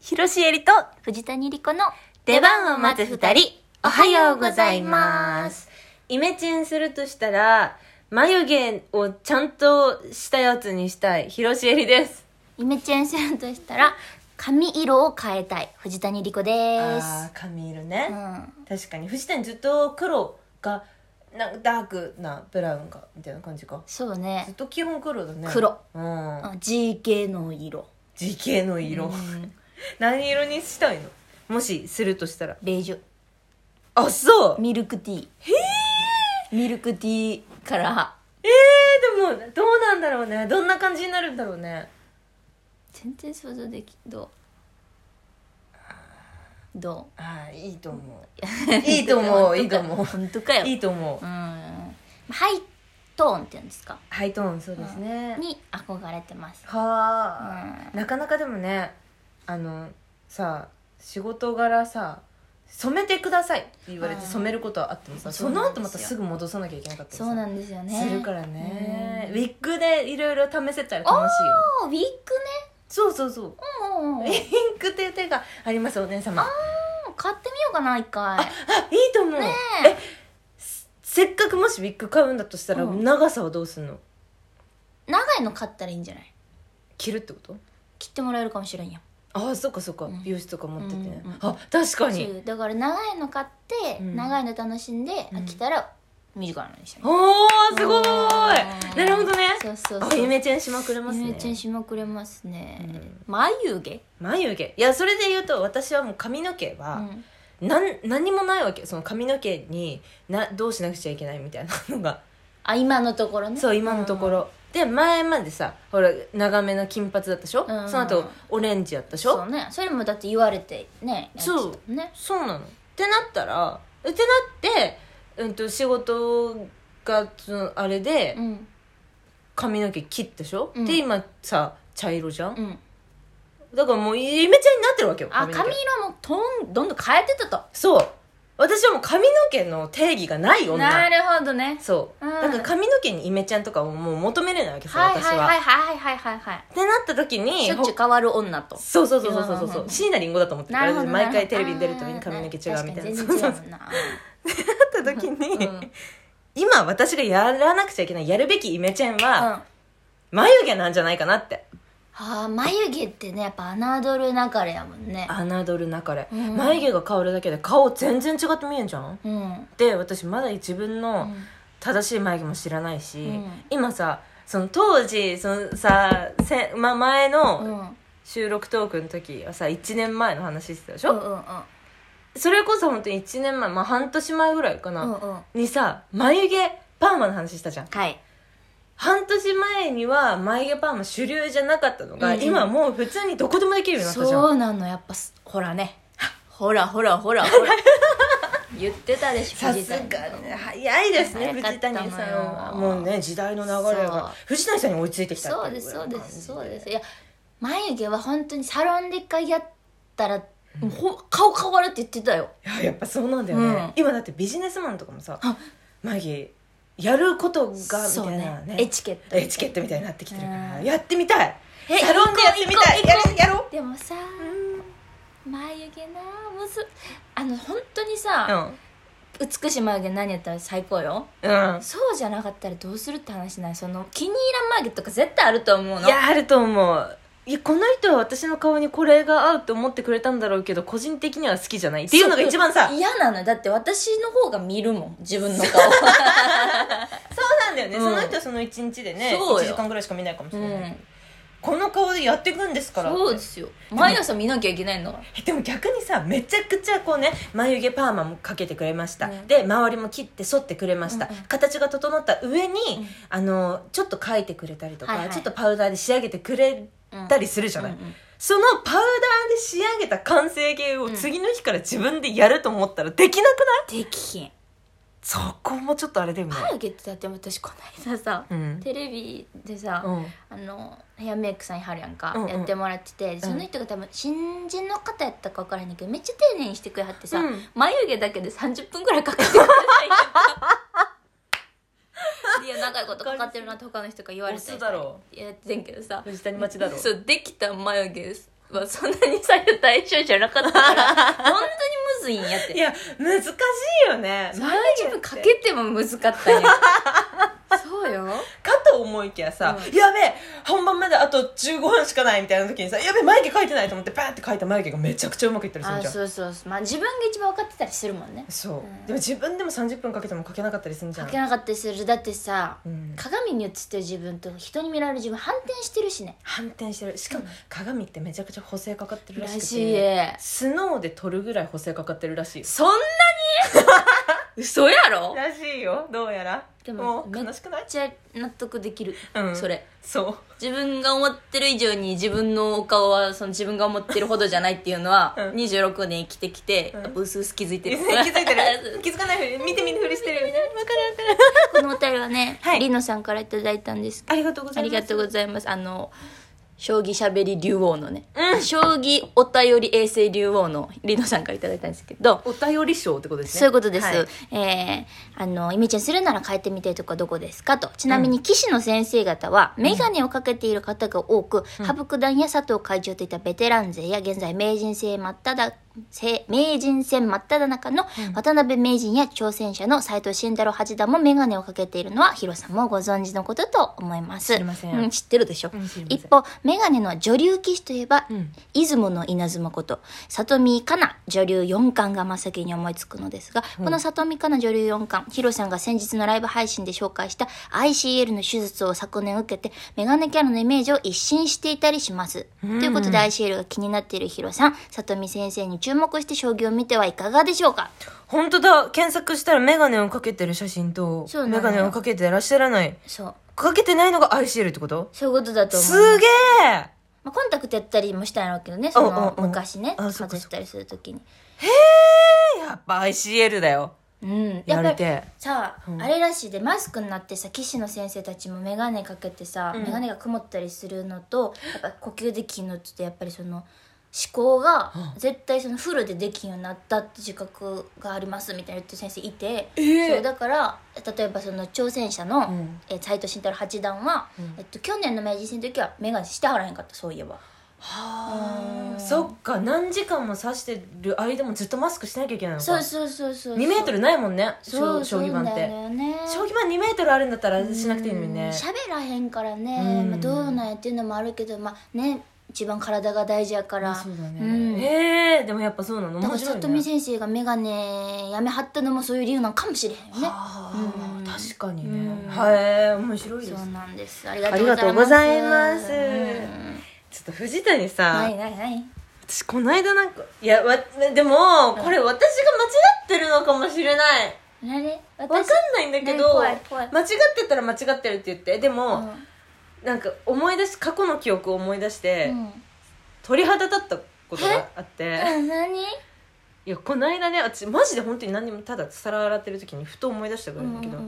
広瀬えりと藤谷莉子の出番を待つ二人、おはようございます。イメチェンするとしたら、眉毛をちゃんとしたやつにしたい、広瀬えりです。イメチェンするとしたら髪色を変えたい藤谷莉子ですあー、髪色ね。うん確かに、藤谷ずっと黒が、なんかダークなブラウンが、みたいな感じか。そずうっねと基本黒だね。黒。うん。あ GK の色時系の色。うん 何色にしたいのもし、するとしたら。ベージュあ、そうミルクティーミルクティーからえー、でもどうなんだろうねどんな感じになるんだろうね全然想像できどうどああいいと思う ういいと思ういいと思本当かよういいと思ううんハイトーンって言うんですかハイトーンそうですねに憧れてますはあなかなかでもねあのさ仕事柄さ染めてくださいって言われてあー染めることはあってもさそそうのなん後ですよまたすぐ戻さなきゃいけなかったりさそうなんですよねするからねうウんィッグでいろいろ試せたら楽しいよおーウィッグねそうそうそううんうんウうんィッグっていう手がありますお姉様買ってみようかな一回あいいと思う、ねえせせっかくもしウィッグ買うんだとしたらうん長さはどうすんの長いの買ったらいいんじゃない着るってこと切ってもらえるかもしれんよああそっかそっか、うん美容室とか持ってて、ねうんうんあ確かにそうだから長いの買って、うん長いの楽しんで、うん飽きたら短いのにしようおーすごーいなるほどねそうそうあそうイメチェンしまくれますねイメチェンしまくれますね、うん眉毛、眉毛いやそれで言うと私はもう髪の毛うは、んなん何もないわけその髪の毛になどうしなくちゃいけないみたいなのがあ今のところねそう今のところろ、で前までさほら長めの金髪だったでしょ、うんその後オレンジやったでしょ、そうねそれもだって言われてねそううねそうなのってなったらってなって、うん、と仕事がそのあれでうん髪の毛切ったでしょ、うんで今さ茶色じゃん、うんだからもうイメチェンになってるわけよあ髪の毛髪色もとんどんどん変えてたとそう私はもう髪の毛の定義がない女なるほどねそう、うんだから髪の毛にイメチェンとかをもう求めれないわけさ、はい私は、はいはいはいはいはいはいってなった時にしょっちゅう変わる女とそうそうそうそうそううんうんそううん椎名林檎だと思ってるなかるらほど毎回テレビに出るたびに髪の毛違うみたいなそそううそそううそそううなった時に、うん今私がやらなくちゃいけないやるべきイメチェンは、眉毛なんじゃないかなってあー眉毛ってねやっぱ侮るなかれやもんね侮るなかれ、うん眉毛が変わるだけで顔全然違って見えんじゃんうん、で私まだ自分うのん正しい眉毛も知らないし、うん今さその当時そのさせ、ま、前うんうんのうん収録トークの時はさ1年前の話してたでしうょ、んそれこそ本当に1年前、まあ、半年前ぐらいかな、うんうんにさ眉毛パーマの話したじゃんはい半年前には眉毛パーマ主流じゃなかったのが、うんうん今もう普通にどこでもできるようになったじゃんそうなのやっぱすほらねほらほらほら ほら言ってたでしょさすが藤谷ね早いですね早かっ藤たのよ谷さんはもうね時代の流れそうが藤谷さんに追いついてきたっそうていですそうぐらいでの感じすそうですいや眉毛は本当にサロンで一回やったら、もうほ顔変わるって言ってたよいややっぱそうなんだよね、うん今だってビジネスマンとかもさあ眉毛やることがみたそういねなねエチケットエチケットみたいになってきてるから、うんやってみたいえサロンでやってみたい行こう行こう行こうやるやろでもさう眉毛なむずあの本当にさ、ん美しい眉毛何やったら最高ようん、そうじゃなかったらどうするって話ないその気に入らん眉毛とか絶対あると思うのいやあると思ういやこの人は私の顔にこれが合うと思ってくれたんだろうけど個人的には好きじゃないっていうのが一番さそう嫌なのよだって私の方が見るもん自分 の顔なんだよね、うんその人はその1日でねそうよ1時間ぐらいしか見ないかもしうれない、んこの顔でやっていくんですからそうですよ毎朝見なきゃいけないんだからでも逆にさめちゃくちゃこうね眉毛パーマもかけてくれました、うんで周りも切って剃ってくれました、うんうん形が整った上に、んあのちょっと描いてくれたりとか、はいはいちょっとパウダーで仕上げてくれたりするじゃない、うんうんそのパウダーで仕上げた完成形を次の日から自分でやると思ったらできなくない、できひんそこもちょっとあれだよね、眉毛ってだって私この間さ、うんテレビでさ、うんあのヘアメイクさんにはるやんか、うんうんやってもらっててその人が多分新人の方やったか分からへんねんけどめっちゃ丁寧にしてくれはってさ、うん眉毛だけで30分ぐらいかけて くれたんやんかいや長いことかかってるなって他の人が言われたりオスだろやってんけどさ藤谷町だろそうできた眉毛ですはそんなに左右対称じゃなかったから 本当にむずいんやっていや難しいよね眉毛かけてもむずかったね そうよかと思いきやさ、うやべえ本番まであと15分しかないみたいな時にさやべえ眉毛描いてないと思ってバーって描いた眉毛がめちゃくちゃうまくいったりするあじゃんそうそうそうまあ自分が一番分かってたりするもんねそう、んでも自分でも30分かけても描けなかったりするじゃかんけなかったりするだってさうん、鏡に映ってる自分と人に見られる自分反転してるしね反転してるしかも鏡ってめちゃくちゃ補正かかってるららしくてしいえスノーで撮るぐらい補正かかってるらしいそんなに嘘やろめっらしいよどうやらでもう悲しくないちゃ納得できる、うんそれそう自分が思ってる以上に自分のお顔はその自分が思ってるほどじゃないっていうのは、うん26年生きてきて、うんやっぱ薄々気づいて 気るづいてるそう気づかないふり見て見ぬふりしてる 分かる分かる このお便りはね、はいりのさんからいただいたんですありがとうござあいまりすがとうございますあの将棋しゃべり竜王のね、うん将棋お便り衛星竜王のりのさんからいただいたんですけどお便り賞ってことですねそういうことです、はいえーあのイメチェンするなら変えてみたいとこはどこですかとちなみに棋士の先生方は眼鏡をかけている方が多く、羽生九段や佐藤会長といったベテラン勢や現在名人戦真っ只せ名人戦真っ只中の渡辺名人や挑戦者の斎藤慎太郎八段も眼鏡をかけているのはヒロさんもご存知のことと思います知りませんうん、知ってるでしょ、うん知りません一方眼鏡の女流棋士といえば、うん出雲の稲妻こと里見香奈女流四冠が真っ先に思いつくのですが、この里見香奈女流四冠ヒロさんが先日のライブ配信で紹介した ICL の手術を昨年受けてメガネキャラのイメージを一新していたりします、ということで ICL が気になっているヒロさん里見先生に注目して将棋を見てはいかがでしょうか本当だ検索したら眼鏡をかけてる写真とそうなの眼よ鏡をかけてらっしゃらないそうかけてないのが愛してるってことそういうことだと思うすげえまあ、コンタクトやったりもしたんやろうけどねそのうんうんうん昔ねあ外そうかしたりするときにやっぱ ICL だようんややりってぱりえさあ、うんあれらしいでマスクになってさ棋士の先生たちも眼鏡かけてさ、うん眼鏡が曇ったりするのとやっぱ呼吸できんのってやっぱりその思考が絶対そのフルでできんようになったって自覚がありますみたいな言ってる先生いて、ええそうだから例えばその挑戦者うのんえー斎、藤慎太郎八段は、えっと、去年の名人戦の時は眼鏡してはらへんかったそういえば。はうあんそっか何時間も刺してる間もずっとマスクしなきゃいけないのかそうそうそうそう2メートルないもんねそう将将棋盤っそうて、なんだよね将棋盤2メートルあるんだったらしなくていいのにうんね喋らへんからね、うんまあ、どうなんやっていうのもあるけどまあね一番体が大事やから、そうだね、うんええでもやっぱそうなのだか面ら白い里ね見先生が眼鏡やめはったのもそういう理由なんかもしれへんよねはあ、うん確かにうんねはい面白いでそすうねなんですありりががととううごござざいいまますすちょっと藤谷さ、うんんないないない私この間なんかいやわでもこれ私が間違ってるのかもしれない何わ私かんないんだけど怖い怖い間違ってたら間違ってるって言ってでも、なんか思い出し過去の記憶を思い出して、うん、うん鳥肌立ったことがあってえ何いやこの間ね私マジで本当に何にもただ皿洗ってる時にふと思い出したぐらいだけど、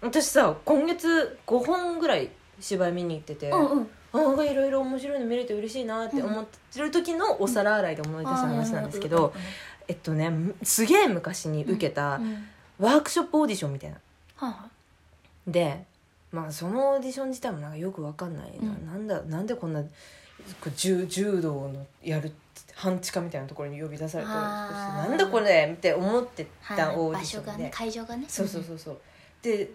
私さ今月5本ぐらい芝居見に行ってて、うんうんあなんかいろいろ面白いの見れて嬉しいなって思ってる時のお皿洗いで思い出した話なんですけど、えっとねすげえ昔に受けうたんうんワークショップオーディションみたいなはいはでまあそのオーディション自体もなんかよくわかんないな,、うんなんだなんでこんなこう柔柔道のやる半地下みたいなところに呼び出されてあーなんだこれって思っていたオーデ場ィショ所ンで、がね会場がねそうそうそうそうで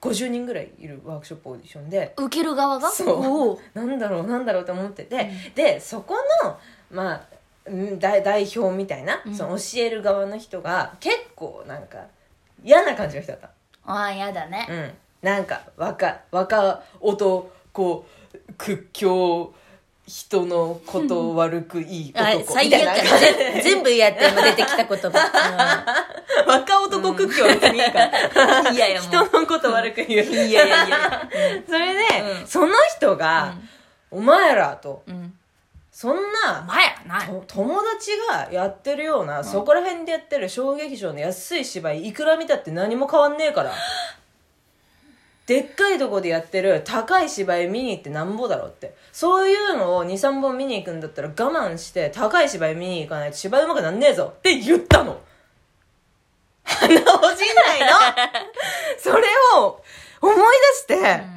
50人ぐらいいるワークショップオーディションでうん受ける側がそうおうなんだろうなんだろうと思ってて、うんでそこのまあうん代代表みたいな、うんその教える側の人が結構なんか嫌な感じの人だったのああやだね、うん、なんか若若男屈強人のことを悪くいいあ男最みた悪いやなぜ全部やって今出てきた言葉 若男屈強ですね、うんいやいやもう 人のこと悪く言う、いやいやいや それで、うんその人が、お前らとうんそんな前やなと友達がやってるような、そこら辺でやってる小劇場の安い芝居いくら見たって何も変わんねえ からでっかいとこでやってる高い芝居見に行ってなんぼだろうってそういうのを23本見に行くんだったら我慢して高い芝居見に行かないと芝居うまくなんねえぞって言ったの鼻落ち ないのそれを思い出して、うん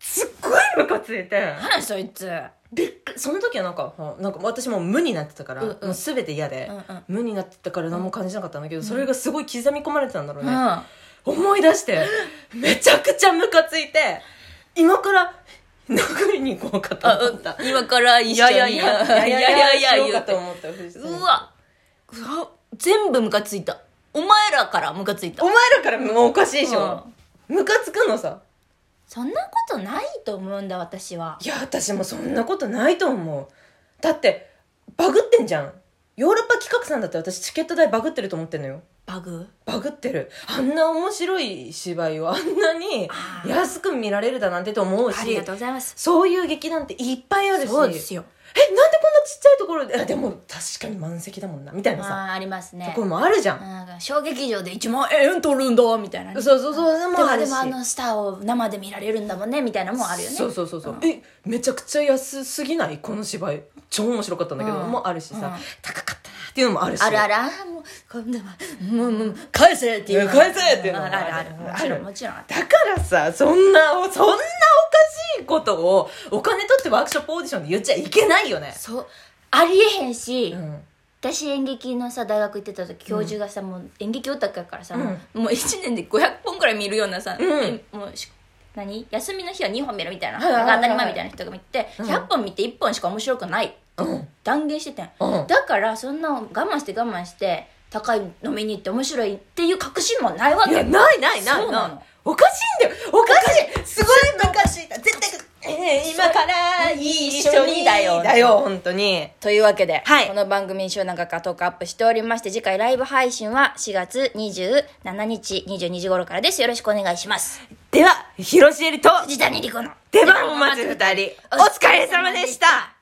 すっごいムカついて何やそいつびっくりその時はなんかほんなんか私もう無になってたから、うんうんもう全て嫌で、うんうん無になってたから何も感じなかったんだけど、それがすごい刻み込まれてたんだろううね、ん。思い出してめちゃくちゃムカついて今から殴りに行こうかと思った今から一い緒やに。いやいやいやいやいや言いやうとて。思った藤井さんうわ、うわ全部ムカついた。お前らからムカついたお。前らからもうおかしいでしょ、ムカつくのさそんなことないと思うんだ、私は。いや私もそんなことないと思うだってバグってんじゃんヨーロッパ企画さんだって私チケット代バグってると思ってんのよバグバグってるあんな面白い芝居をあんなにあー安く見られるだなんてと思うありしがとうございます。そういう劇団っていっぱいあるしそうですよ。えなんでこんなちっちゃいところであでも確かに満席だもんなみたいなさあーありますとねこ。ろもあるじゃん、なんか小劇場で1万円取るんだみたいなねそうそうそうででもあもるでしもあのスターを生で見られるんだもんねみたいなのもあるよねそうそうそうそう、んえめちゃくちゃ安すぎないこの芝居超面白かったんだけど、うんもあるしさ、うん高かったなっていうのもあるしあるあるあーもう今度はもうもう返せっていうのいや返せっていうのもああるるあるあるもちろんもちろんあるだからさそんなおそんなおかしいことをお金取ってワークショップオーディションで言っちゃいけないよね、そうありえへんし、うん、私演劇のさ大学行ってた時教授がさ、もう演劇オタクやからさ、うんもうもう1年で500本くらい見るようなさ、うんもうし何休みの日は2本見るみたいな、はいはいはいはい当たり前みたいな人が見て、うん100本見て1本しか面白くないってうん断言しててん、うんだからそんな我慢して我慢して高いの見に行って面白いっていう確信もないわいけやないないないそうなないのおかしいんだよおかしいすごい昔だ絶対、えー今から一緒にだよだよ本当にというわけで、はいこの番組週何回かトークアップしておりまして次回ライブ配信は4月27日22時頃からですよろしくお願いしますでは広重と藤谷莉子の出番を待つ二人お疲れ様でした